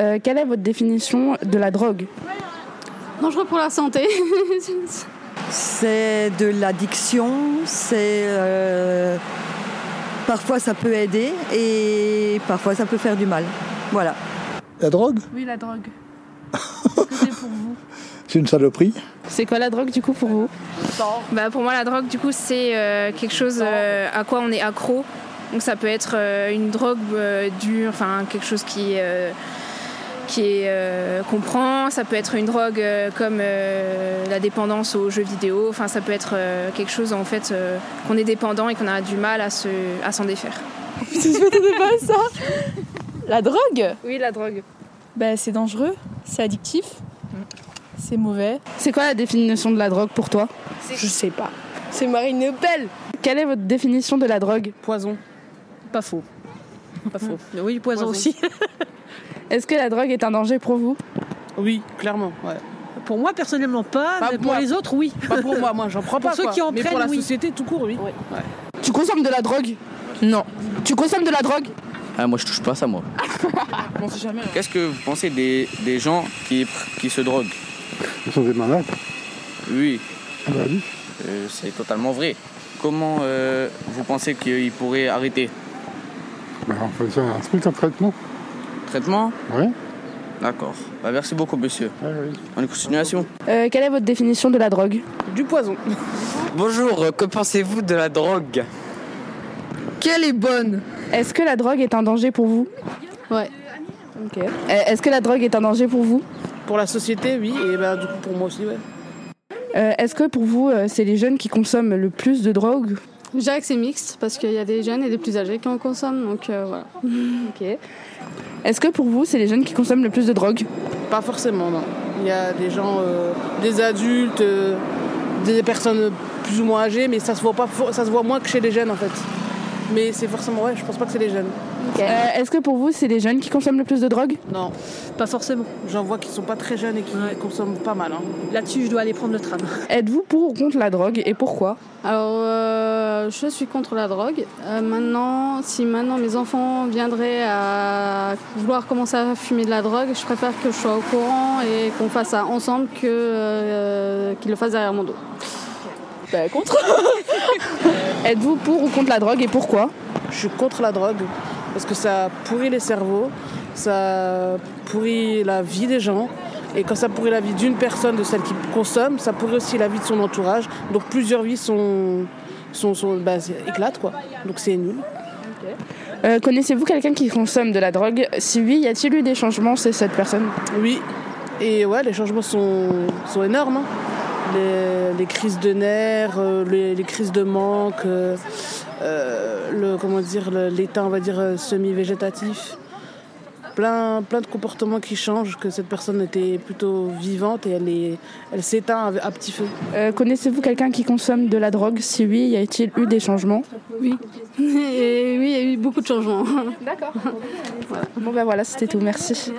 euh, quelle est votre définition de la drogue Dangereux pour la santé. C'est de l'addiction, c'est. euh, parfois ça peut aider et parfois ça peut faire du mal. Voilà. La drogue, oui, la drogue. Qu'est-ce que c'est pour vous c'est une saloperie. C'est quoi la drogue du coup pour vous Bah pour moi la drogue du coup c'est euh, quelque chose euh, à quoi on est accro. Donc ça peut être euh, une drogue euh, dure, enfin quelque chose qui euh, qui est euh, qu'on prend. Ça peut être une drogue euh, comme euh, la dépendance aux jeux vidéo. Enfin ça peut être euh, quelque chose en fait euh, qu'on est dépendant et qu'on a du mal à se à s'en défaire. La drogue Oui la drogue. Mm. bah, C'est dangereux, c'est addictif, c'est mauvais. C'est quoi la définition de la drogue pour toi Je sais pas. C'est Marine Nobel. Quelle est votre définition de la drogue Poison. Pas faux. Pas faux. Oui, poison, aussi. Est-ce que la drogue est un danger pour vous Oui, clairement. Ouais. Pour moi, personnellement, pas, Pas mais moi. pour les autres, oui. Pas pour moi, moi j'en prends Pour pas. ceux quoi. qui en Mais pour prennent, la oui. société tout court, oui. Ouais. Tu consommes de la drogue Non. Tu consommes de la drogue Ah, moi, je touche pas à ça, moi. Qu'est-ce que vous pensez des, des gens qui, pr- qui se droguent Ils sont des malades. Oui, Ah bah oui. euh, c'est totalement vrai. Comment euh, vous pensez qu'ils pourraient arrêter Bah, on faisait un truc, un traitement. Traitement Oui. D'accord. Bah, merci beaucoup, monsieur. Ah oui. On une continuation Euh, Quelle est votre définition de la drogue Du poison. Bonjour, euh, que pensez-vous de la drogue Quelle est bonne Est-ce que la drogue est un danger pour vous Ouais. Ok. Euh, Est-ce que la drogue est un danger pour vous Pour la société, oui, et bah, du coup pour moi aussi, ouais. Euh, Est-ce que pour vous, euh, c'est les jeunes qui consomment le plus de drogue Je dirais que c'est mixte parce qu'il y a des jeunes et des plus âgés qui en consomment. Donc euh, voilà. Ok. Est-ce que pour vous, c'est les jeunes qui consomment le plus de drogue Pas forcément, non. Il y a des gens, euh, des adultes, euh, des personnes plus ou moins âgées, mais ça se voit pas, fo- ça se voit moins que chez les jeunes en fait. Mais c'est forcément ouais, je pense pas que c'est les jeunes. Euh, Est-ce que pour vous, c'est les jeunes qui consomment le plus de drogue Non, Pas forcément. j'en vois qui sont pas très jeunes et qui Ouais. consomment pas mal. hein. Là-dessus, je dois aller prendre le tram. Êtes-vous pour ou contre la drogue et pourquoi Alors, euh, je suis contre la drogue. Euh, maintenant, si maintenant mes enfants viendraient à vouloir commencer à fumer de la drogue, je préfère que je sois au courant et qu'on fasse ça ensemble que euh, qu'ils le fassent derrière mon dos. Bah, contre Êtes-vous pour ou contre la drogue et pourquoi Je suis contre la drogue parce que ça pourrit les cerveaux, ça pourrit la vie des gens. Et quand ça pourrit la vie d'une personne, de celle qui consomme, ça pourrit aussi la vie de son entourage. Donc plusieurs vies sont, sont, sont- bah, c'est- éclatent quoi. Donc c'est nul. Euh, Connaissez-vous quelqu'un qui consomme de la drogue Si oui, y a-t-il eu des changements chez cette personne Oui. Et ouais, les changements sont, sont énormes. hein. Les, les crises de nerfs, euh, les, les crises de manque, euh, euh, le comment dire, le- l'état on va dire euh, semi-végétatif. Plein, plein de comportements qui changent, que cette personne était plutôt vivante et elle est, elle s'éteint à, à petit feu. Euh, Connaissez-vous quelqu'un qui consomme de la drogue Si oui, y a-t-il eu des changements Et oui, il y a eu beaucoup de changements. Bon ben voilà, c'était tout, merci.